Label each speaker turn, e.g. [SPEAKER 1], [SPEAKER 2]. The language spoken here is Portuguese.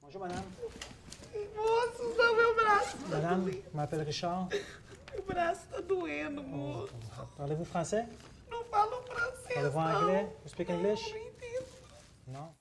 [SPEAKER 1] Bonjour madame.
[SPEAKER 2] Moço, usar meu braço.
[SPEAKER 1] Madame, je m'appelle Richard.
[SPEAKER 2] Meu braço tá doendo, moço.
[SPEAKER 1] Parlez-vous français?
[SPEAKER 2] Não falo francês,
[SPEAKER 1] Parlez-vous anglais?
[SPEAKER 2] não.
[SPEAKER 1] You speak English?
[SPEAKER 2] Não entendo.
[SPEAKER 1] Non?